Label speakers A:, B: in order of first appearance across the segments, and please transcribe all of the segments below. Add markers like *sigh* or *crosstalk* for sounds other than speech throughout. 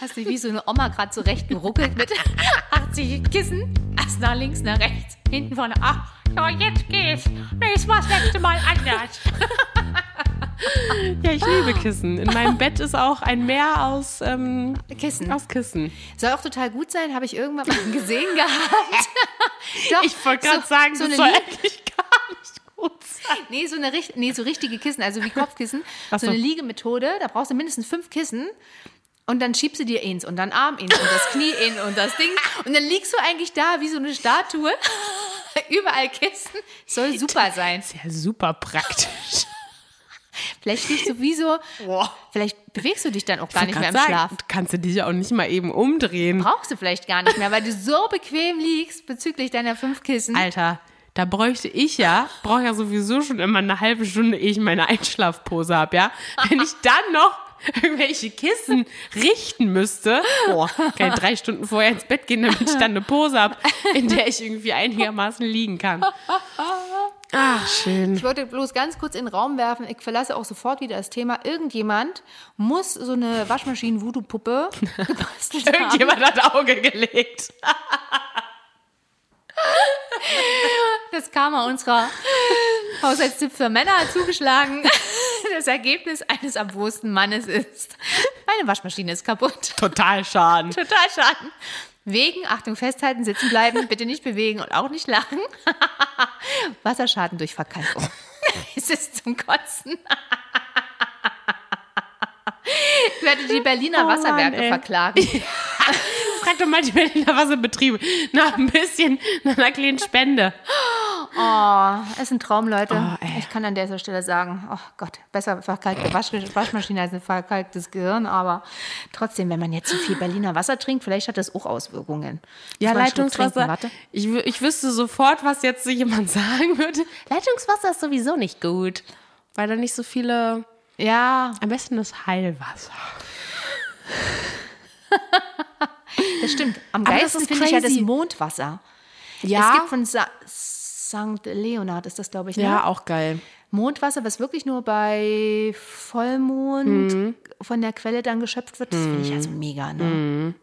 A: Hast du wie so eine Oma gerade so rechten ruckelt mit *laughs* 80 Kissen? Erst nach links, nach rechts, hinten vorne. Ach, ja, jetzt geht's. Nächstes Mal das nächste Mal anders.
B: Ja, ich liebe Kissen. In meinem Bett ist auch ein Meer aus, ähm,
A: Kissen.
B: aus Kissen.
A: Soll auch total gut sein, habe ich irgendwann mal *laughs* gesehen
B: *laughs*
A: gehabt. Doch,
B: Ich wollte gerade
A: so-
B: sagen,
A: so
B: das
A: eine
B: soll
A: Lie-
B: eigentlich gar nicht gut sein.
A: Nee, so eine richt- nee, so richtige Kissen, also wie Kopfkissen.
B: Ach
A: so.
B: so.
A: eine Liegemethode, da brauchst du mindestens fünf Kissen und dann schiebst du dir eins und dann Arm eins und
B: *laughs*
A: das Knie eins und das Ding. Und dann liegst du eigentlich da wie so eine Statue. *laughs* Überall Kissen. Soll super sein.
B: Ist ja super praktisch.
A: Vielleicht liegst du wie *laughs* so,
B: Boah.
A: vielleicht bewegst du dich dann auch gar nicht mehr im
B: Kannst
A: Schlaf.
B: sagen, Kannst du dich auch nicht mal eben umdrehen.
A: Brauchst du vielleicht gar nicht mehr, weil du so bequem liegst bezüglich deiner fünf Kissen.
B: Alter, da bräuchte ich ja, brauche ja sowieso schon immer eine halbe Stunde, ehe ich meine Einschlafpose habe, ja. Wenn ich dann noch irgendwelche Kissen richten müsste, boah, kann ich drei Stunden vorher ins Bett gehen, damit ich dann eine Pose habe, in der ich irgendwie einigermaßen liegen kann. Ach, schön.
A: Ich wollte bloß ganz kurz in den Raum werfen, ich verlasse auch sofort wieder das Thema. Irgendjemand muss so eine *laughs* Waschmaschinen-Voodoo-Puppe gebastelt haben.
B: Irgendjemand hat Auge gelegt.
A: Das Karma unserer Haushaltstipp für Männer hat zugeschlagen. *laughs* Das Ergebnis eines erbosten Mannes ist, meine Waschmaschine ist kaputt.
B: Total Schaden.
A: Total Schaden. Wegen, Achtung, festhalten, sitzen bleiben, bitte nicht bewegen und auch nicht lachen. *laughs* Wasserschaden durch Verkalkung. *laughs* es ist zum Kotzen. ich werde die Berliner
B: Oh Mann,
A: Wasserwerke
B: ey.
A: verklagen.
B: *laughs* Frag doch mal die Berliner Wasserbetriebe nach ein bisschen, nach einer kleinen Spende.
A: Es ist ein Traum, Leute.
B: Oh, ey.
A: ich kann an dieser Stelle sagen, oh Gott, besser verkalkte Wasch Waschmaschine als ein verkalktes Gehirn, aber trotzdem, wenn man jetzt so viel Berliner Wasser trinkt, vielleicht hat das auch Auswirkungen.
B: Ja,
A: Muss man einen Schluck trinken,
B: Leitungswasser.
A: warte.
B: Ich, wü- ich wüsste sofort, was jetzt so jemand *laughs* sagen würde. Leitungswasser ist sowieso nicht gut, weil da nicht so viele.
A: Ja,
B: Am besten das Heilwasser.
A: das stimmt. Am
B: Aber das
A: geilsten
B: ist
A: finde ich ja das
B: crazy.
A: Mondwasser. Es gibt von Sa St. Leonard, ist das, glaube ich, ne?
B: ja, auch geil.
A: Mondwasser, was wirklich nur bei Vollmond
B: Mhm.
A: von der Quelle dann geschöpft wird, das finde ich ja so mega, ne?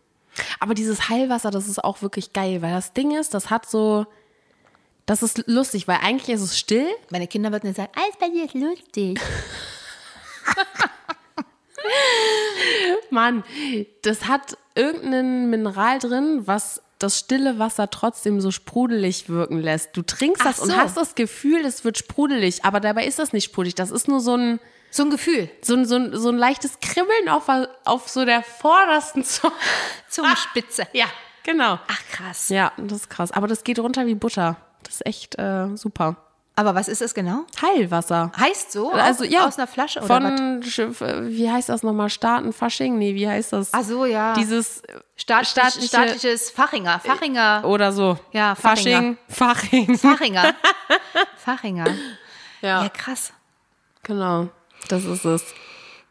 B: Aber dieses Heilwasser, das ist auch wirklich geil, weil das Ding ist, das hat so. Das ist lustig, weil eigentlich ist es still.
A: Meine Kinder würden jetzt sagen, alles bei dir ist lustig.
B: Mann, das hat irgendein Mineral drin, was das stille Wasser trotzdem so sprudelig wirken lässt. Du trinkst
A: Ach
B: das
A: so.
B: und hast das Gefühl, es wird sprudelig, aber dabei ist das nicht sprudelig. Das ist nur so ein,
A: So ein Gefühl.
B: so ein, so ein, so ein leichtes Kribbeln auf, auf so der vordersten Zunge.
A: Zungenspitze.
B: Ah, Ja, genau.
A: Ach krass.
B: Ja, das ist krass. Aber das geht runter wie Butter. Das ist echt äh, super.
A: Aber was ist das genau?
B: Heilwasser.
A: Heißt so?
B: Also
A: aus,
B: ja,
A: Aus einer Flasche oder was?
B: von Schiff, äh, wie heißt das nochmal? Staaten Fasching? Nee, wie heißt das?
A: Ach so, ja.
B: Dieses äh,
A: Staatlich,
B: staatliche- Äh,
A: staatliches Fachinger. Fachinger.
B: oder so.
A: Ja, Fachinger.
B: Fasching, Fasching. *laughs*
A: Fachinger. Fachinger. Ja.
B: Ja,
A: krass.
B: genau. Das ist es.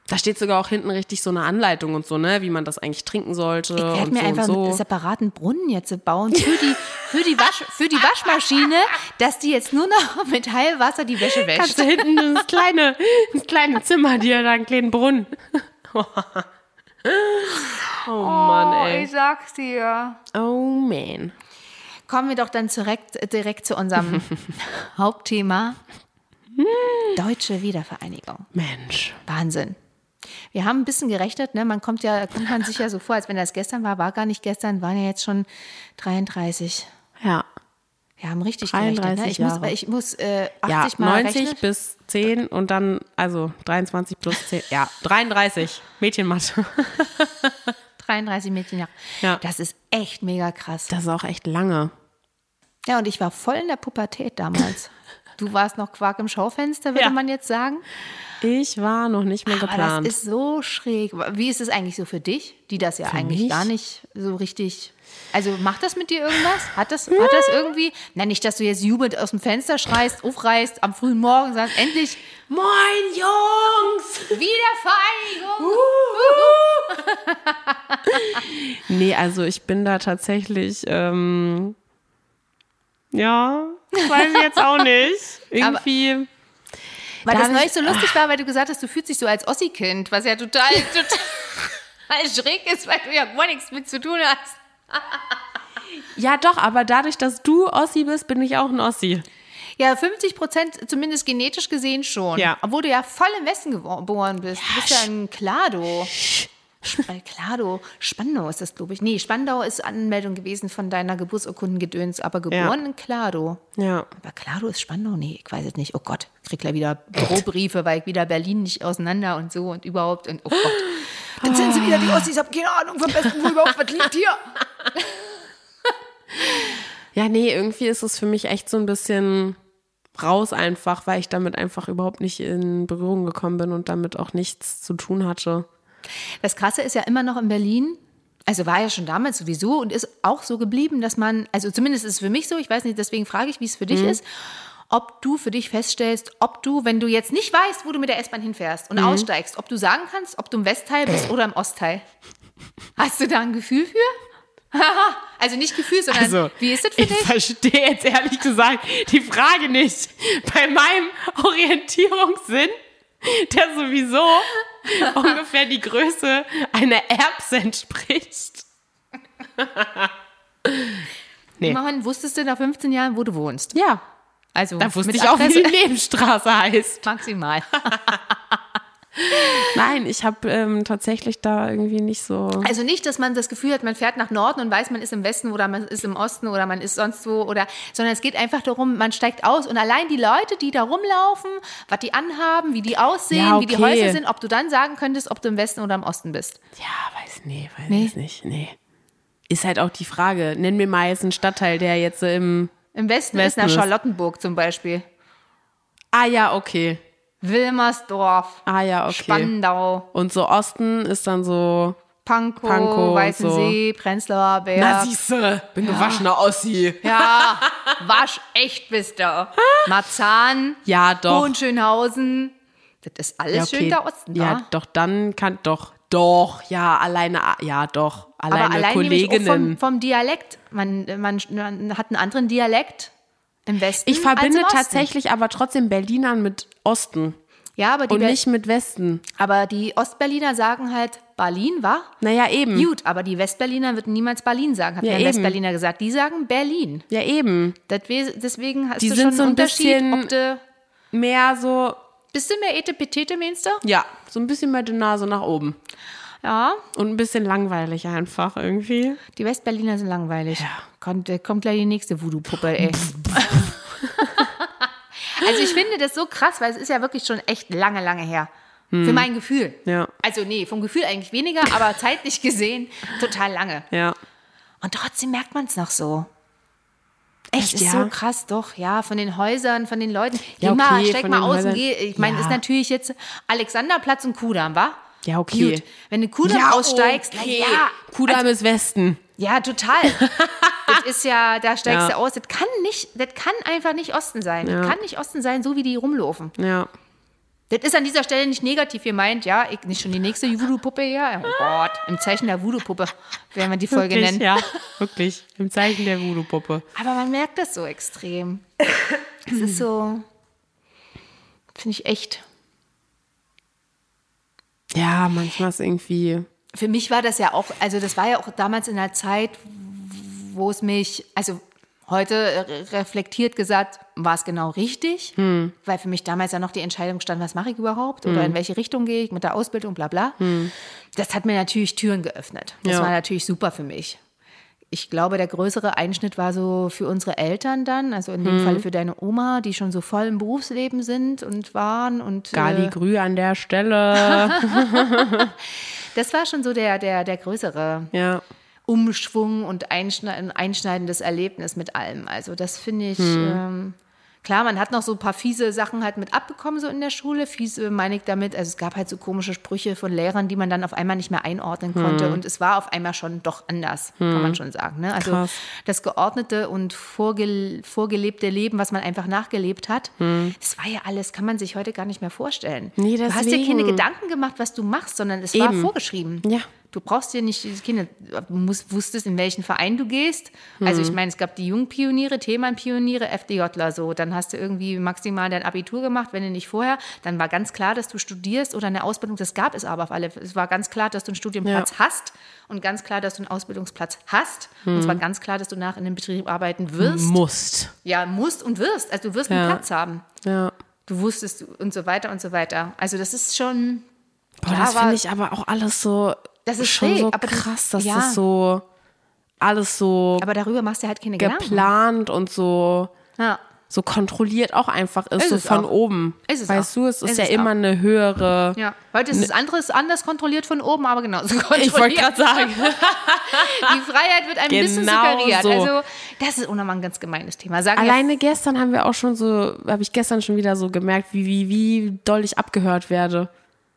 B: Da steht sogar auch hinten richtig so eine Anleitung und so, ne, wie man das eigentlich trinken sollte
A: Ich werde
B: und
A: mir
B: so
A: einfach
B: und
A: einen
B: so.
A: separaten Brunnen jetzt bauen für die, für, die Wasch, für die Waschmaschine, dass die jetzt nur noch *laughs* mit Heilwasser die Wäsche wäscht.
B: Kannst du hinten ins kleine, ins kleine Zimmer dir da einen kleinen *laughs* Brunnen. oh Mann, ey.
A: sag's dir.
B: Oh man.
A: Kommen wir doch dann direkt, direkt zu
B: *laughs*
A: unserem Hauptthema.
B: Hm.
A: Deutsche Wiedervereinigung.
B: Mensch.
A: Wahnsinn. Wir haben ein bisschen gerechnet, ne? Man kommt ja, kommt man sich ja so vor, als wenn das gestern war, war gar nicht gestern, waren ja jetzt schon 33.
B: Ja.
A: Wir haben richtig
B: 33
A: gerechnet, ne? Ich muss,
B: Jahre.
A: weil ich muss äh,
B: Ja,
A: 80 mal
B: 90
A: rechnen.
B: bis 10 und dann, also 23 plus 10. Ja, 33. Mädchenmathe.
A: 33 Mädchen, ja.
B: Ja.
A: Das ist echt mega krass.
B: Das ist auch echt lange.
A: Ja, und ich war voll in der Pubertät damals.
B: *laughs*
A: Du warst noch Quark im Schaufenster, würde
B: Ja.
A: man jetzt sagen.
B: Ich war noch nicht mehr
A: Aber
B: geplant.
A: das ist so schräg. Wie ist es eigentlich so für dich, die das ja eigentlich
B: mich?
A: gar nicht so richtig. Also macht das mit dir irgendwas? Hat das, hat das irgendwie. Na, nicht, dass du jetzt jubelnd aus dem Fenster schreist, aufreißt, am frühen Morgen sagst, endlich
B: Moin, Jungs!
A: Wiedervereinigung!
B: Nee, also ich bin da tatsächlich, ähm, ja, weiß ich jetzt auch nicht. Irgendwie.
A: Weil
B: Da
A: das
B: hab ich-
A: neulich so lustig war, weil du gesagt hast, du fühlst dich so als Ossi-Kind, was ja *laughs* total, total weil es schräg ist, weil du ja gar nichts mit zu tun hast.
B: Ja, doch, aber dadurch, dass du Ossi bist, bin ich auch ein Ossi.
A: Ja, 50 Prozent zumindest genetisch gesehen schon.
B: Ja.
A: Obwohl du ja voll im Westen gewor- geboren bist. du bist ja in Klado. Sp- Klado, Spandau ist das, glaube ich. Nee, Spandau ist Anmeldung gewesen von deiner Geburtsurkundengedöns, aber geboren in Klado.
B: Ja.
A: Aber Klado ist Spandau? Nee, ich weiß es nicht. Oh Gott, ich krieg gleich wieder Bürobriefe, weil ich wieder Berlin nicht auseinander und so und überhaupt und oh Gott. Dann sind sie wieder die Ossis, hab keine Ahnung vom Besten, wo überhaupt was liegt hier.
B: Ja, nee, irgendwie ist es für mich echt so ein bisschen raus einfach, weil ich damit einfach überhaupt nicht in Berührung gekommen bin und damit auch nichts zu tun hatte.
A: Das Krasse ist ja immer noch in Berlin. Also war ja schon damals sowieso und ist auch so geblieben, dass man, also zumindest ist es für mich so, ich weiß nicht, deswegen frage ich, wie es für
B: Mhm.
A: dich ist, ob du für dich feststellst, ob du, wenn du jetzt nicht weißt, wo du mit der S-Bahn hinfährst und
B: Mhm.
A: aussteigst, ob du sagen kannst, ob du im Westteil bist oder im Ostteil. Hast du da ein Gefühl für? *laughs* also nicht Gefühl, sondern wie ist das für
B: ich
A: dich?
B: verstehe jetzt ehrlich gesagt die Frage nicht. Bei meinem Orientierungssinn, der sowieso ungefähr die Größe einer Erbse entspricht. nee.
A: Immerhin wusstest du nach 15 Jahren, wo du wohnst.
B: Ja,
A: Also
B: da wusste
A: mit
B: ich auch, wie
A: Adresse-
B: die Nebenstraße
A: *laughs*
B: heißt.
A: maximal.
B: Nein, ich habe ähm, tatsächlich da irgendwie nicht so.
A: Also nicht, dass man das Gefühl hat, man fährt nach Norden und weiß, man ist im Westen oder man ist im Osten oder man ist sonst wo oder, sondern es geht einfach darum, man steigt aus und allein die Leute, die da rumlaufen, was die anhaben, wie die aussehen,
B: Ja,
A: wie die
B: okay.
A: Häuser sind, ob du dann sagen könntest, ob du im Westen oder im Osten bist.
B: Ja, weiß nee, weiß
A: Nee.
B: ich nicht. Nee. Ist halt auch die Frage. Nenn mir mal jetzt einen Stadtteil, der jetzt im.
A: Im Westen,
B: Westen
A: ist nach
B: ist-
A: Charlottenburg zum Beispiel,
B: Ah ja, okay.
A: Wilmersdorf,
B: Ah ja, okay.
A: Spandau,
B: Und so Osten ist dann so.
A: Pankow,
B: Pankow,
A: Weißensee, Prenzlauer Berg.
B: siehste, bin gewaschener Ossi.
A: ja, wasch echt bist du. Marzahn,
B: Ah. Ja, doch.
A: Hohenschönhausen. Das ist alles
B: ja,
A: schön da Osten, da.
B: Ja, doch, dann kann doch. Doch, ja, alleine, ah, ja, doch. Alleine
A: Aber allein um nämlich auch vom,
B: Kolleginnen.
A: vom Dialekt. Man, man, man hat einen anderen Dialekt im Westen.
B: Ich verbinde
A: als im Osten.
B: tatsächlich aber trotzdem Berlinern mit Osten
A: Ja, aber die,
B: und
A: Be-
B: nicht mit Westen.
A: aber die Ostberliner sagen halt Berlin, wa?
B: Naja, eben.
A: Gut, aber die Westberliner würden niemals Berlin sagen, hat
B: Mhm. Ja,
A: mir ein
B: eben.
A: Westberliner gesagt. Die sagen Berlin.
B: Ja, eben.
A: Das we- deswegen hast
B: Die
A: du
B: sind
A: schon
B: so
A: einen
B: ein
A: Unterschied.
B: bisschen-
A: ob du,
B: Mehr so,
A: bist du mehr Etepetete, meinst du?
B: ja, so ein bisschen mit der Nase nach oben.
A: Ja.
B: Und ein bisschen langweilig einfach irgendwie.
A: Die Westberliner sind langweilig. Kommt, äh, kommt gleich die nächste Voodoo-Puppe, ey. *laughs* also ich finde das so krass, weil es ist ja wirklich schon echt lange, lange her. Für mein Gefühl.
B: Hm. Ja.
A: Also nee, vom Gefühl eigentlich weniger, aber zeitlich gesehen total lange.
B: Ja.
A: Und trotzdem merkt man es noch so.
B: Echt,
A: Das ist so krass, doch, ja, von den Häusern, von den Leuten. Geh
B: Ja,
A: mal,
B: okay,
A: steig
B: von
A: mal
B: den
A: aus und
B: Häusern.
A: geh. Ich meine,
B: Ja.
A: ist natürlich jetzt Alexanderplatz und Kudamm, wa?
B: Ja, okay.
A: Gut. Wenn du Kudamm aussteigst, na ja, Also
B: Kudamm ist Westen.
A: ja,
B: *laughs*
A: total. das ist ja, da steigst
B: Ja.
A: du aus. Das kann nicht, das kann einfach nicht Osten sein. Das
B: Ja.
A: kann nicht Osten sein, so wie die rumlaufen.
B: Ja.
A: Das ist an dieser Stelle nicht negativ gemeint, ja, ich, nicht schon die nächste Voodoo-Puppe hier. Oh Gott, im Zeichen der Voodoo-Puppe werden wir die Folge
B: Wirklich,
A: nennen.
B: ja. Wirklich. Im Zeichen der Voodoo-Puppe.
A: Aber man merkt das so
B: *laughs*
A: extrem. Es ist so, finde ich echt.
B: Ja, manchmal ist irgendwie.
A: Für mich war das ja auch, also das war ja auch damals in der Zeit, wo es mich, also heute äh, reflektiert gesagt, war es genau richtig, weil für mich damals ja noch die Entscheidung stand, was mache ich überhaupt oder in welche Richtung gehe ich mit der Ausbildung, bla bla. Das hat mir natürlich Türen geöffnet. Das
B: Ja.
A: war natürlich super für mich. Ich glaube, der größere Einschnitt war so für unsere Eltern dann, also in dem Fall für deine Oma, die schon so voll im Berufsleben sind und waren und äh,
B: Gali Grü an
A: *laughs*
B: der Stelle.
A: das war schon so der, der, der größere
B: ja.
A: Umschwung und einschne ein einschneidendes Erlebnis mit allem. Also das finde ich,
B: Hm.
A: ähm, klar, man hat noch so ein paar fiese Sachen halt mit abbekommen so in der Schule. Fiese meine ich damit, also es gab halt so komische Sprüche von Lehrern, die man dann auf einmal nicht mehr einordnen
B: Hm.
A: konnte. Und es war auf einmal schon doch anders, kann man schon sagen. Ne? Also
B: Krass.
A: das geordnete und vorge vorgelebte Leben, was man einfach nachgelebt hat, das war ja alles, kann man sich heute gar nicht mehr vorstellen.
B: Hm. Nee,
A: du hast dir
B: deswegen.
A: keine Gedanken gemacht, was du machst, sondern es war
B: Eben.
A: vorgeschrieben.
B: Ja.
A: Du brauchst dir nicht diese Kinder, du musst, wusstest, in welchen Verein du gehst. Also ich meine, es gab die Jungpioniere, Themenpioniere, FDJler so. Dann hast du irgendwie maximal dein Abitur gemacht, wenn du nicht vorher. Dann war ganz klar, dass du studierst oder eine Ausbildung. Das gab es aber auf alle. Es war ganz klar, dass du einen Studienplatz hast und ganz klar, dass du einen Ausbildungsplatz hast. Und es war ganz klar, dass du nach in einem Betrieb arbeiten wirst.
B: Musst.
A: Ja, musst und wirst. Also du wirst
B: Mhm. Ja.
A: einen Platz haben.
B: Ja.
A: Du wusstest und so weiter und so weiter. Also das ist schon.
B: Boah,
A: Ja,
B: das
A: aber-
B: finde ich aber auch alles so.
A: Das ist
B: schon
A: schräg,
B: so
A: aber das-
B: krass, dass
A: ja.
B: das so alles so
A: Aber darüber machst du halt keine Gedanken.
B: geplant und so
A: Ja.
B: so kontrolliert auch einfach ist,
A: Ist
B: so
A: es
B: von
A: auch.
B: oben.
A: Ist es
B: weißt
A: auch.
B: du, es ist,
A: Ist
B: ja
A: es
B: immer
A: auch.
B: eine höhere.
A: ja. Heute ist es anderes anders kontrolliert von oben, aber genauso *laughs* kontrolliert.
B: Ne Ich wollte gerade sagen,
A: Die Freiheit wird ein bisschen
B: Genau
A: suggeriert.
B: so.
A: Also, das ist unnormal ein ganz gemeines Thema. Sagen wir-
B: alleine gestern haben wir auch schon so, habe ich gestern schon wieder so gemerkt, wie, wie, wie doll ich abgehört werde.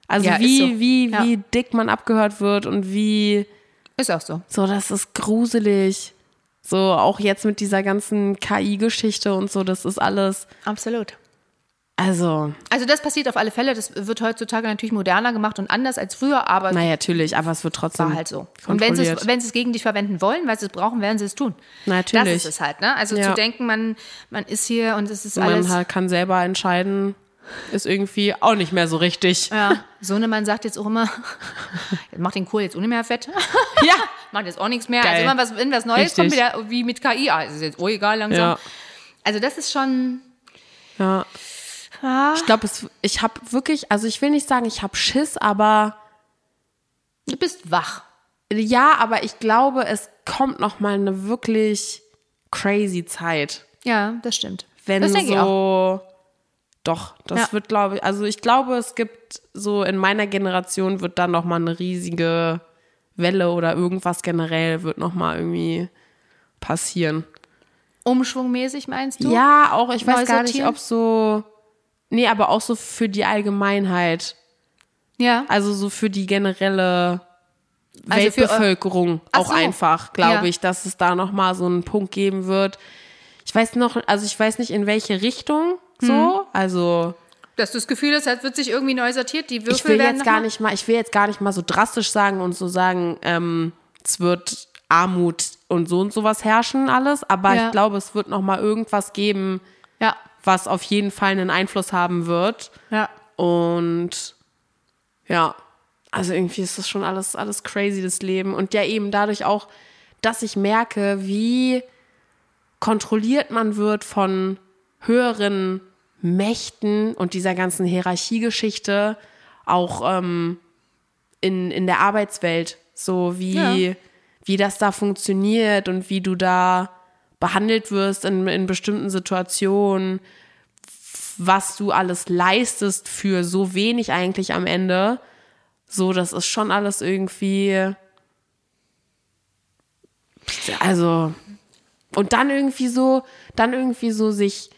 B: Also
A: Ja, ist
B: wie,
A: so.
B: wie,
A: Ja.
B: wie dick man abgehört wird und wie,
A: ist auch so.
B: so, das ist gruselig. So, auch jetzt mit dieser ganzen KI-Geschichte und so, das ist alles,
A: Absolut.
B: also,
A: Also, das passiert auf alle Fälle. Das wird heutzutage natürlich moderner gemacht und anders als früher, aber
B: naja, natürlich, aber es wird trotzdem
A: war halt so. Und wenn sie, es,
B: kontrolliert.
A: wenn sie es gegen dich verwenden wollen, weil sie es brauchen, werden sie es tun.
B: Natürlich.
A: Das ist es halt, ne? Also
B: Ja.
A: zu denken, man, man ist hier und es ist alles.
B: man halt kann selber entscheiden, ist irgendwie auch nicht mehr
A: *laughs*
B: so richtig.
A: Ja. Sohnemann sagt jetzt auch immer, *laughs* mach den Kohl jetzt ohne mehr fett.
B: Ja,
A: macht jetzt auch nichts mehr.
B: Geil.
A: Also immer was, wenn was Neues kommt,
B: Richtig.
A: wieder wie mit KI. Ah, es ist jetzt oh egal langsam.
B: ja.
A: Also das ist schon.
B: ja.
A: Ah.
B: Ich glaube, es- ich habe wirklich, also ich will nicht sagen, ich habe Schiss, aber
A: Du bist wach.
B: ja, aber ich glaube, es kommt noch mal eine wirklich crazy Zeit,
A: Ja, das stimmt.
B: wenn
A: das denke ich auch.
B: so. Doch, das
A: Ja.
B: wird, glaube ich, also ich glaube, es gibt so in meiner Generation wird dann noch mal eine riesige Welle oder irgendwas generell wird noch mal irgendwie passieren.
A: Umschwungmäßig meinst du?
B: Ja, auch, ich weiß
A: Neu
B: gar nicht,
A: sortieren?
B: ob so. Nee, aber auch so für die Allgemeinheit.
A: Ja.
B: Also so für die generelle
A: Also für eu-
B: Weltbevölkerung
A: Ach
B: auch
A: so.
B: einfach,
A: Ja.
B: glaube ich, dass es da nochmal so einen Punkt geben wird. Ich weiß noch, also ich weiß nicht, in welche Richtung so.
A: Hm.
B: Also
A: Dass du das Gefühl hast, als wird sich irgendwie neu sortiert. Die Würfel
B: ich will
A: werden
B: jetzt gar
A: nochmal-
B: nicht mal, ich will jetzt gar nicht mal so drastisch sagen und so sagen, ähm, es wird Armut und so und sowas herrschen alles, aber
A: Ja.
B: ich glaube, es wird nochmal irgendwas geben,
A: Ja.
B: was auf jeden Fall einen Einfluss haben wird.
A: Ja.
B: Und ja, also irgendwie ist das schon alles, alles crazy, das Leben. Und ja, eben dadurch auch, dass ich merke, wie kontrolliert man wird von höheren Mächten und dieser ganzen Hierarchiegeschichte, auch ähm, in, in der Arbeitswelt, so wie,
A: Ja.
B: wie das da funktioniert und wie du da behandelt wirst in, in bestimmten Situationen was du alles leistest für so wenig eigentlich am Ende. So, das ist schon alles irgendwie. Also. Und dann irgendwie so, dann irgendwie so sich,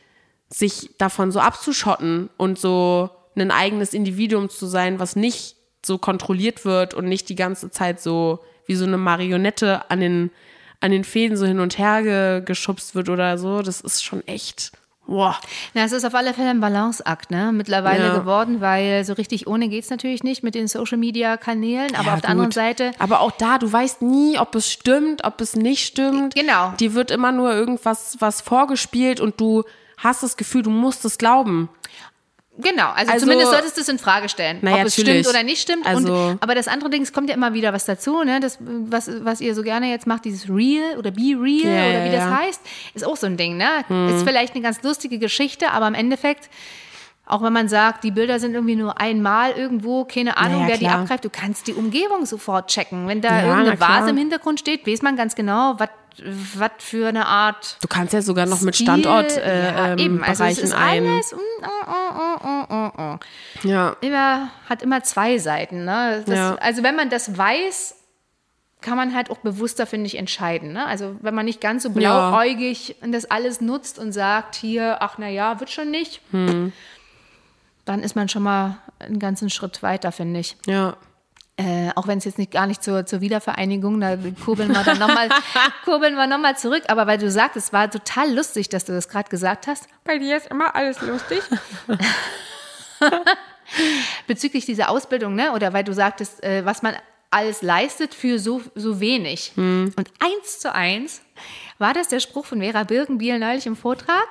B: sich davon so abzuschotten und so ein eigenes Individuum zu sein, was nicht so kontrolliert wird und nicht die ganze Zeit so wie so eine Marionette an den, an den Fäden so hin und her ge, geschubst wird oder so. Das ist schon echt. Boah.
A: Na, es ist auf alle Fälle ein Balanceakt, ne? Mittlerweile
B: Ja.
A: geworden, weil so richtig ohne geht's natürlich nicht mit den Social Media Kanälen, aber
B: Ja,
A: auf der anderen
B: gut.
A: Seite.
B: Aber auch da, du weißt nie, ob es stimmt, ob es nicht stimmt.
A: Genau.
B: Dir wird immer nur irgendwas was vorgespielt und du hast das Gefühl, du musst es glauben.
A: Genau, also,
B: Also-
A: zumindest solltest du es in Frage stellen,
B: Naja,
A: ob es
B: natürlich.
A: stimmt oder nicht stimmt.
B: Also-
A: und, aber das andere Ding, es kommt ja immer wieder was dazu, ne? Das, was, was ihr so gerne jetzt macht, dieses Real oder Be Real
B: Ja,
A: oder wie
B: ja, Hm.
A: das
B: ja.
A: heißt, ist auch so ein Ding, ne? Ist vielleicht eine ganz lustige Geschichte, aber im Endeffekt, auch wenn man sagt, die Bilder sind irgendwie nur einmal irgendwo, keine Ahnung,
B: Naja,
A: wer
B: klar.
A: die abgreift, du kannst die Umgebung sofort checken. Wenn da
B: Ja, na
A: irgendeine
B: klar.
A: Vase im Hintergrund steht, weiß man ganz genau, was was für eine Art
B: Du kannst ja sogar noch mit
A: Stil-
B: Standort äh,
A: ja,
B: ähm,
A: eben. Also es
B: Bereichen
A: ist
B: ein.
A: alles, mm, mm, mm, mm, mm, mm
B: Ja.
A: immer, hat immer zwei Seiten. Ne? Das,
B: Ja.
A: Also wenn man das weiß, kann man halt auch bewusster, finde ich, entscheiden. Ne? Also wenn man nicht ganz so
B: Ja.
A: blauäugig und das alles nutzt und sagt, hier, ach na ja, wird schon nicht,
B: Hm.
A: dann ist man schon mal einen ganzen Schritt weiter, finde ich.
B: Ja.
A: Äh, auch wenn es jetzt nicht gar nicht zur, zur Wiedervereinigung, da kurbeln wir dann
B: *laughs*
A: nochmal kurbeln wir noch mal zurück. Aber weil du sagst, es war total lustig, dass du das gerade gesagt hast.
B: Bei dir ist immer alles lustig.
A: bezüglich dieser Ausbildung, ne? Oder weil du sagtest, äh, was man alles leistet für so, so wenig.
B: Hm.
A: Und eins zu eins war das der Spruch von Vera Birkenbiel neulich im
B: *laughs*
A: Vortrag,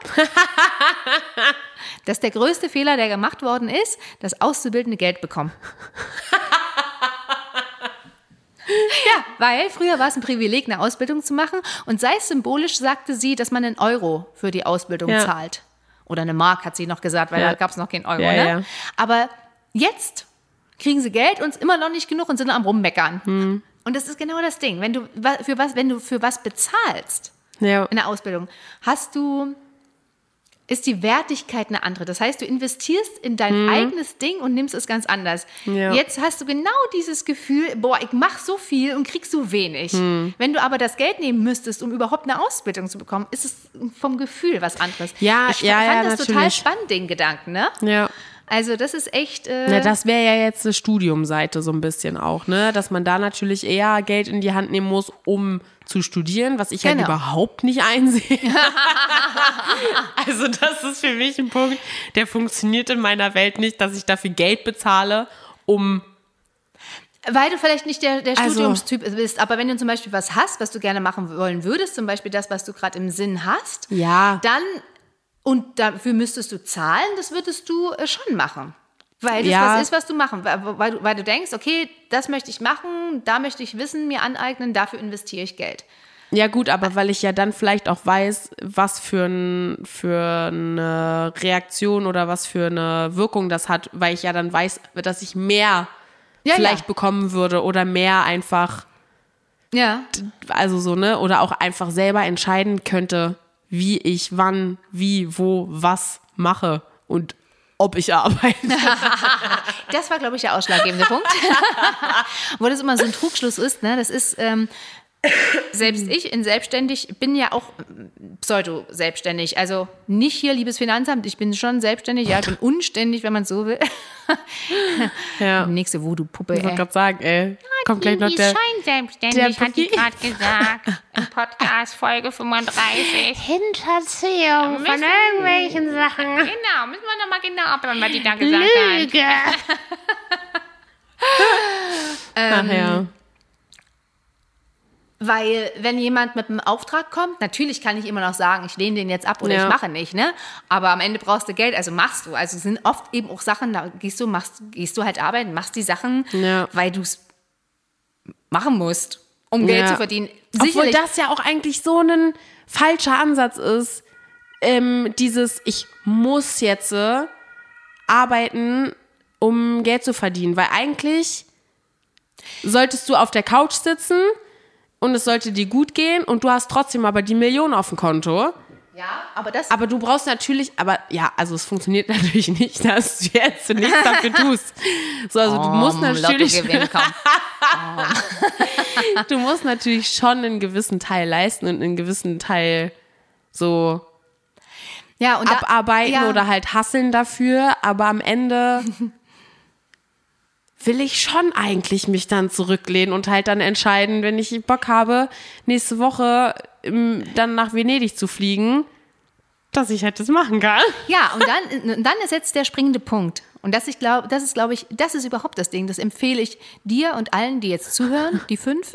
A: dass der größte Fehler, der gemacht worden ist, dass Auszubildende Geld
B: *laughs*
A: bekommen. Ja, weil früher war es ein Privileg, eine Ausbildung zu machen. Und sei es symbolisch, sagte sie, dass man einen Euro für die Ausbildung
B: Ja.
A: zahlt. Oder eine Mark, hat sie noch gesagt, weil
B: Ja.
A: da gab es noch keinen Euro.
B: Ja,
A: ne?
B: ja.
A: Aber jetzt kriegen sie Geld und ist immer noch nicht genug und sind am Rummeckern.
B: Hm.
A: Und das ist genau das Ding. Wenn du, wa- für was, wenn du für was bezahlst,
B: Ja.
A: in der Ausbildung, hast du, ist die Wertigkeit eine andere. Das heißt, du investierst in dein eigenes Ding und nimmst es ganz anders.
B: Hm. Ja.
A: Jetzt hast du genau dieses Gefühl, boah, ich mache so viel und krieg so wenig.
B: Hm.
A: Wenn du aber das Geld nehmen müsstest, um überhaupt eine Ausbildung zu bekommen, ist es vom Gefühl was anderes.
B: Ja,
A: ich
B: ja,
A: fand
B: ja,
A: das total
B: natürlich.
A: spannend, den Gedanken, ne?
B: Ja.
A: Also, das ist echt. Äh,
B: Na, das wäre ja jetzt eine Studiumseite so ein bisschen auch, ne? Dass man da natürlich eher Geld in die Hand nehmen muss, um zu studieren, was ich
A: Genau.
B: halt überhaupt
A: *laughs*
B: nicht einsehe. *laughs* also, das ist für mich ein Punkt, der funktioniert in meiner Welt nicht, dass ich dafür Geld bezahle, um.
A: Weil du vielleicht nicht der, der
B: Also-
A: Studiumstyp bist, aber wenn du zum Beispiel was hast, was du gerne machen wollen würdest, zum Beispiel das, was du gerade im Sinn hast,
B: Ja.
A: dann und dafür müsstest du zahlen, das würdest du äh, schon machen. Weil das
B: Ja.
A: was ist, was du machen, weil, weil, du, weil du denkst, okay, das möchte ich machen, da möchte ich Wissen mir aneignen, dafür investiere ich Geld.
B: Ja, gut, aber weil ich ja dann vielleicht auch weiß, was für, ein, für eine Reaktion oder was für eine Wirkung das hat, weil ich ja dann weiß, dass ich mehr
A: Ja,
B: vielleicht
A: ja.
B: bekommen würde oder mehr einfach.
A: Ja,
B: also so, ne, oder auch einfach selber entscheiden könnte, wie ich wann, wie, wo, was mache und ob ich *laughs* arbeite.
A: das war, glaube ich, der ausschlaggebende *laughs* Punkt. Wo das immer so ein Trugschluss ist, ne? das ist, ähm, selbst ich in selbstständig bin ja auch ähm, pseudo-selbstständig. Also nicht hier, liebes Finanzamt, ich bin schon selbstständig, ja, ich bin unständig, wenn man so will.
B: Ja.
A: Nächste Voodoo-Puppe,
B: Ich wollte
A: ey.
B: gerade sagen, ey, kommt gleich noch
C: Die
B: der.
C: scheinselbstständig,
B: der
C: hat die
B: Brief. *laughs*
C: gerade gesagt. In Podcast Folge 35.
D: Hinterziehung von
C: Müssen-
D: irgendwelchen Sachen.
C: Genau, müssen wir nochmal genau abhören, was die da gesagt hat.
D: Lüge.
B: Ach ja.
A: Weil, wenn jemand mit einem Auftrag kommt, natürlich kann ich immer noch sagen, ich lehne den jetzt ab oder
B: Ja.
A: ich mache nicht, ne? Aber am Ende brauchst du Geld, also machst du. Also es sind oft eben auch Sachen, da gehst du, machst, gehst du halt arbeiten, machst die Sachen,
B: Ja.
A: weil du es machen musst, um Geld
B: Ja.
A: zu verdienen.
B: Obwohl
A: Sicherlich.
B: das ja auch eigentlich so ein falscher Ansatz ist. Ähm, dieses, ich muss jetzt äh, arbeiten, um Geld zu verdienen. Weil eigentlich solltest du auf der Couch sitzen und es sollte dir gut gehen und du hast trotzdem aber die Million auf dem Konto.
A: ja, aber das
B: Aber du brauchst natürlich, aber ja, also es funktioniert *laughs* natürlich nicht, dass du jetzt nichts dafür tust. So, also
A: Oh,
B: du musst natürlich
A: Lottogewinn
B: *laughs*
A: kommt.
B: du musst natürlich schon einen gewissen Teil leisten und einen gewissen Teil so
A: Ja, und da-
B: abarbeiten
A: ja.
B: oder halt hasseln dafür, aber am Ende will ich schon eigentlich mich dann zurücklehnen und halt dann entscheiden, wenn ich Bock habe, nächste Woche ähm, dann nach Venedig zu fliegen, dass ich halt das machen kann. *laughs*
A: Ja, und dann, und dann ist jetzt der springende Punkt. Und das, ich glaub, das ist, glaube ich, das ist überhaupt das Ding. Das empfehle ich dir und allen, die jetzt zuhören, die fünf.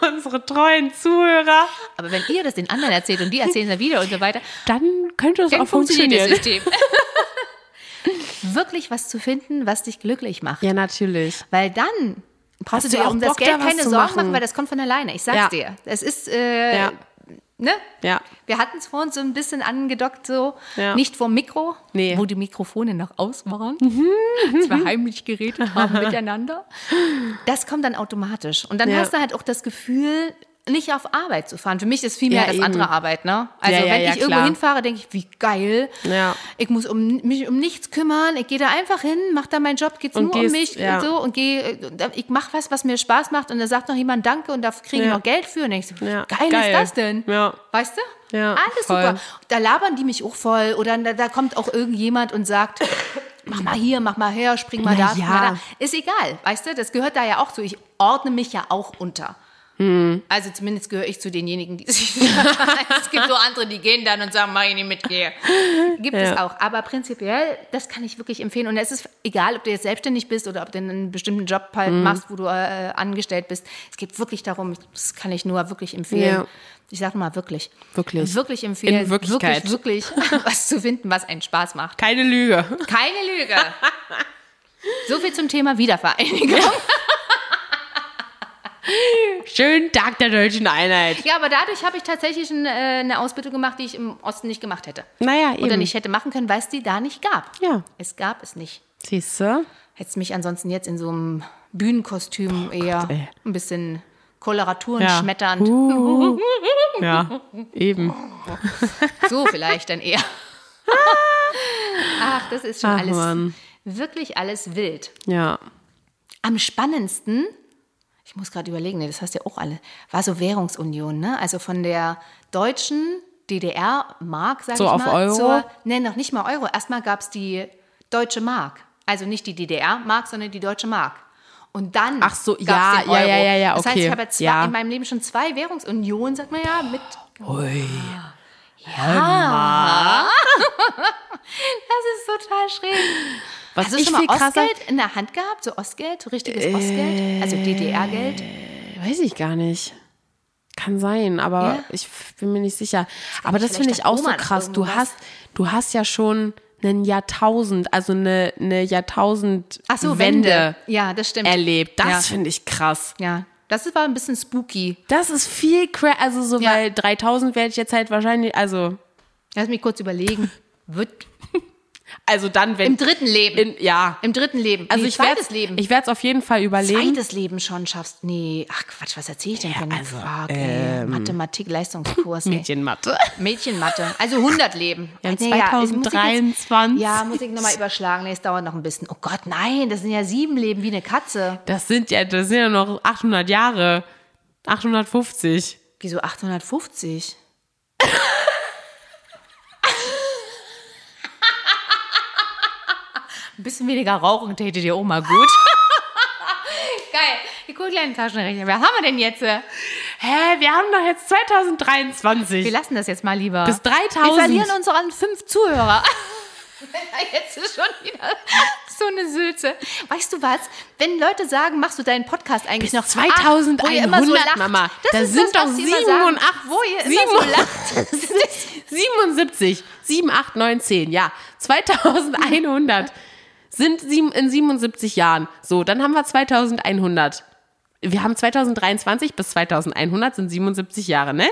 B: Unsere treuen Zuhörer,
A: Aber wenn ihr das den anderen erzählt und die erzählen dann wieder und so weiter,
B: dann könnte es
A: dann
B: auch
A: funktioniert das
B: funktionieren.
A: System. *laughs* Wirklich was zu finden, was dich glücklich macht.
B: Ja, natürlich.
A: Weil dann brauchst
B: Hast
A: du
B: du
A: dir
B: auch
A: um das
B: Bock,
A: Geld
B: da was
A: keine
B: zu
A: Sorgen
B: machen?
A: machen. weil das kommt von alleine. Ich sag's
B: Ja.
A: dir. Es ist, äh,
B: Ja,
A: ne?
B: ja.
A: Wir hatten es vorhin so ein bisschen angedockt, so
B: Ja.
A: nicht vor Mikro,
B: Nee. Mhm,
A: wo die Mikrofone noch aus waren, als wir heimlich geredet
B: *laughs*
A: haben miteinander. Das kommt dann automatisch. Und dann
B: Ja.
A: hast du halt auch das Gefühl, nicht auf Arbeit zu fahren. Für mich ist vielmehr
B: Ja,
A: das
B: eben.
A: andere Arbeit, ne? Also
B: Ja, ja,
A: wenn
B: ja,
A: ich irgendwo
B: klar.
A: hinfahre, denke ich, wie geil.
B: Ja.
A: Ich muss um, mich um nichts kümmern. Ich gehe da einfach hin, mach da meinen Job, geht's
B: Und
A: nur um
B: gehst,
A: mich
B: ja.
A: und so und gehe. Ich mache was, was mir Spaß macht und da sagt noch jemand Danke und da kriege ich
B: Ja.
A: noch Geld für. Und ich so,
B: Ja,
A: geil,
B: geil.
A: ist das denn?
B: Ja.
A: Weißt du?
B: Ja,
A: Alles
B: voll.
A: super. Da labern die mich auch voll. Oder da, da kommt auch irgendjemand und sagt, mach mal hier, mach mal her, spring mal
B: Na
A: da, spring
B: ja.
A: mal da. Ist egal, weißt du, das gehört da ja auch zu. Ich ordne mich ja auch unter.
B: Hm.
A: Also zumindest gehöre ich zu denjenigen, die sich *laughs* Es gibt so andere, die gehen dann und sagen, mach ich nicht mit dir. Gibt es auch. Aber prinzipiell, das kann ich wirklich empfehlen. Und es ist egal, ob du jetzt selbstständig bist oder ob du einen bestimmten Job halt
B: Hm.
A: machst, wo du äh, angestellt bist. Es geht wirklich darum, das kann ich nur wirklich empfehlen.
B: Ja.
A: Ich sage mal wirklich.
B: Wirklich.
A: Wirklich empfehlen.
B: In Wirklichkeit. *laughs*
A: Wirklich, wirklich was zu finden, was einen Spaß macht.
B: Keine Lüge.
A: Keine Lüge. so viel zum Thema Wiedervereinigung.
B: Schönen Tag der deutschen Einheit.
A: Ja, aber dadurch habe ich tatsächlich ein, äh, eine Ausbildung gemacht, die ich im Osten nicht gemacht hätte.
B: Naja,
A: Oder
B: eben.
A: nicht hätte machen können, weil es die da nicht gab.
B: Ja.
A: Es gab es nicht.
B: Siehst du?
A: Hätte es mich ansonsten jetzt in so einem Bühnenkostüm eher
B: Oh ey.
A: ein bisschen Koloraturen
B: Ja.
A: schmetternd.
B: Ja, eben. *laughs*
A: So vielleicht dann eher. Ach, das ist schon
B: Ah. Ach,
A: alles,
B: Mann.
A: wirklich alles wild.
B: Ja.
A: Am spannendsten, ich muss gerade überlegen, nee, das hast ja auch alle, war so Währungsunion, ne? Also von der deutschen DDR Mark, sag
B: So
A: ich
B: auf
A: mal,
B: Euro?
A: zur, nee, noch nicht mal Euro. Erstmal gab es die deutsche Mark, also nicht die DDR Mark, sondern die deutsche Mark. Und dann
B: Ach so,
A: gab's
B: ja,
A: den Euro.
B: ja, ja, ja, ja,
A: Das heißt, ich
B: okay,
A: habe ja zwei,
B: ja.
A: in meinem Leben schon zwei Währungsunionen, sagt man ja, mit
B: Ui.
A: *laughs* Das ist total schräg.
B: Was
A: Hast du
B: ich
A: Also schon mal
B: viel krasser- Äh,
A: Ostgeld in der Hand gehabt? So Ostgeld, so richtiges Ostgeld? Also DDR-Geld?
B: Weiß ich gar nicht. Kann sein, aber
A: Ja.
B: ich f- bin mir nicht sicher. Aber das
A: vielleicht
B: finde ich
A: dein
B: auch so
A: Oma noch
B: krass. Du
A: irgendwas.
B: hast, du hast ja schon ein Jahrtausend, also eine, eine Jahrtausend
A: Ach so,
B: Wende
A: Wende. Ja, das stimmt.
B: erlebt. Das
A: Ja.
B: finde ich krass.
A: Ja, das war ein bisschen spooky.
B: Das ist viel cra Also so,
A: Ja.
B: weil 3000 werde ich jetzt halt wahrscheinlich, also,
A: Lass mich kurz überlegen. Wird
B: also dann, wenn.
A: im dritten Leben.
B: in, ja.
A: Im dritten Leben.
B: also
A: nee,
B: ich werde
A: zweites Leben.
B: Ich werde es auf jeden Fall überlegen.
A: zweites Leben schon schaffst. Nee, ach Quatsch, was erzähle ich denn für eine
B: also,
A: Frage? ey? Mathematik, Leistungskurs. ey.
B: Mädchenmatte.
A: Mädchenmatte. Also 100 Leben.
B: Ja,
A: Nee, ja, ich muss ich
B: 2023.
A: Jetzt, ja, muss ich nochmal überschlagen. Nee, es dauert noch ein bisschen. Oh Gott, nein, das sind ja sieben Leben wie eine Katze.
B: Das sind ja, das sind ja noch 800 Jahre. 850.
A: Wieso 850? Ein bisschen weniger Rauchen täte dir Oma gut. *laughs* Geil. Die coolen kleinen Taschenrechner. Was haben wir denn jetzt? Wir
B: Hä, wir haben doch jetzt 2023.
A: lassen das jetzt mal lieber.
B: Bis 3000.
A: Wir verlieren unseren fünf Zuhörer. *laughs* Jetzt ist schon wieder so eine Sülze. Weißt du was? Wenn Leute sagen, machst du deinen Podcast eigentlich noch
B: Bis 2100,
A: Ach, wo ihr immer so lacht.
B: Mama.
A: Das
B: Da
A: ist
B: sind
A: das,
B: doch
A: was die immer sagen,
B: 87,
A: Wo ihr immer so lacht. Das ist-
B: 77, 7, 8, 9, 10. Ja, 2100 sind sieben, in 77 Jahren. So, dann haben wir 2100. Wir haben 2023 bis 2100 sind 77 Jahre, ne?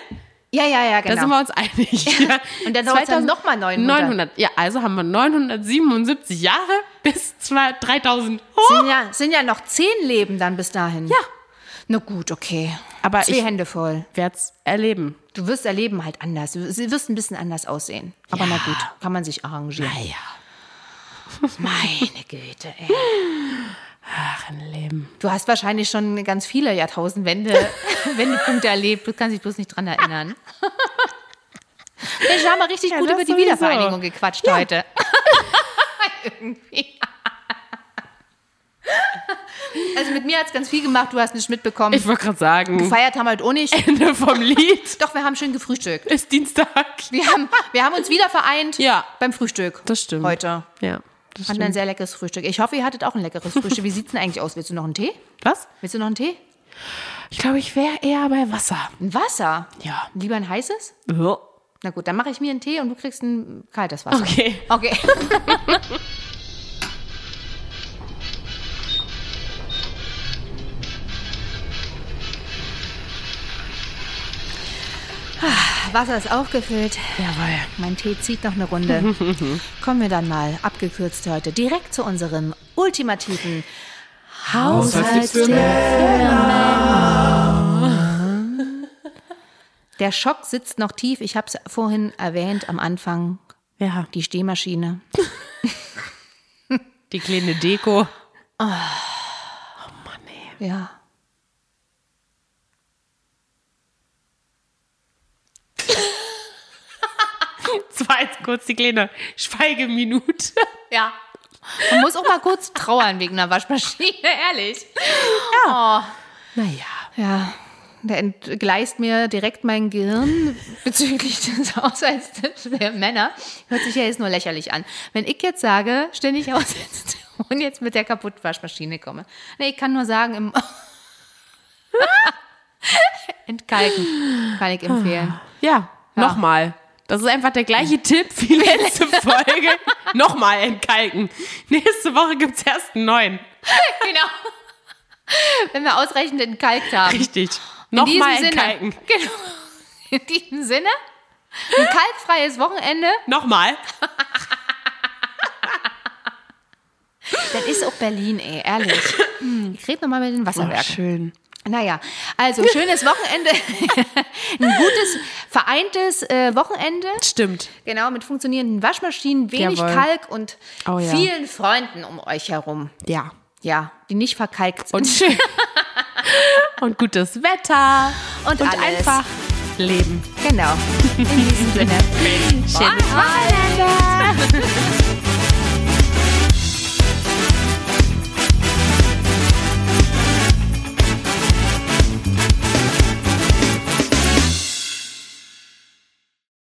A: ja, ja, ja,
B: Da
A: genau.
B: sind wir uns einig. Ja.
A: Und dann dauert's dann
B: 2000
A: noch mal 900.
B: 900. Ja, also haben wir 977 Jahre bis 2 3000.
A: sind, ja, sind ja noch zehn Leben dann bis dahin.
B: Ja,
A: Na gut, okay.
B: aber
A: Zwei
B: ich
A: Hände voll.
B: werde es erleben.
A: Du wirst dein Leben halt anders. Du wirst ein bisschen anders aussehen. Aber na gut, kann man sich arrangieren.
B: Naja,
A: Meine Güte, ey.
B: ach, ein Leben.
A: *laughs* Du hast wahrscheinlich schon ganz viele *laughs* Jahrtausendwende Wendepunkte erlebt. Du kannst dich bloß nicht dran *laughs* erinnern. Wir haben mal richtig gut
B: das
A: über die
B: sowieso.
A: Wiedervereinigung gequatscht heute. *laughs* Irgendwie. Also mit mir hat es ganz viel gemacht. Du hast nicht mitbekommen.
B: Ich wollte
A: *laughs*
B: gerade sagen,
A: Gefeiert haben wir heute auch nicht.
B: Ende vom Lied
A: Doch, wir haben schön gefrühstückt.
B: ist Dienstag.
A: Wir haben, wir haben uns wieder vereint
B: Ja.
A: beim Frühstück.
B: Das stimmt.
A: Heute.
B: Ja, das
A: Hatten ein
B: stimmt.
A: sehr leckeres Frühstück. Ich hoffe, ihr hattet auch ein leckeres Frühstück. Wie sieht's denn eigentlich aus? Willst du noch einen Tee?
B: Was?
A: Willst du noch einen Tee?
B: Ich glaube, ich wäre eher bei Wasser.
A: Ein Wasser?
B: Ja. Oh,
A: Lieber ein heißes? Na gut, dann mache ich mir einen Tee und du kriegst ein kaltes Wasser.
B: Okay.
A: Okay. Ah, Wasser ist aufgefüllt.
B: Jawohl.
A: Mein Tee zieht noch eine Runde. Kommen wir dann mal abgekürzt heute direkt zu unserem ultimativen Haushaltstipp. Der Schock sitzt noch tief. Ich habe es vorhin erwähnt am Anfang.
B: Ja,
A: Die Stehmaschine.
B: die kleine Deko.
A: Ja.
B: Das war jetzt kurz die kleine Schweigeminute.
A: Ja. Man muss auch mal kurz trauern wegen einer Waschmaschine, ehrlich.
B: Naja.
A: Ja. der entgleist mir direkt mein Gehirn bezüglich des Haushaltstipps der Männer. Hört sich ja jetzt nur lächerlich an. Wenn ich jetzt sage, ständig Haushaltstipp und jetzt mit der kaputten Waschmaschine komme. Nee, ich kann nur sagen, im *laughs* Entkalken kann ich empfehlen.
B: Ja, nochmal. Das ist einfach
A: *laughs*
B: der gleiche Tipp wie letzte Folge. nochmal entkalken. Nächste Woche gibt's erst einen neuen.
A: Genau. Wenn wir ausreichend entkalkt haben.
B: Richtig.
A: diesem
B: Nochmal
A: Sinne.
B: entkalken.
A: *laughs* Genau. In diesem Sinne, ein kalkfreies Wochenende,
B: Nochmal.
A: dann ist auch Berlin, ey, ehrlich. Hm, ich rede nochmal mit den Wasserwerken.
B: schön.
A: Naja, also schönes Wochenende, *laughs* ein gutes, vereintes äh, Wochenende.
B: Stimmt.
A: Genau, mit funktionierenden Waschmaschinen, wenig
B: Jawohl.
A: Kalk und
B: Oh ja.
A: vielen Freunden um euch herum.
B: Ja.
A: Ja, die nicht verkalkt sind. *laughs*
B: Und schön. und gutes Wetter.
A: Und
B: und
A: alles.
B: einfach leben.
A: Genau. In diesem Sinne. Schönes Wochenende.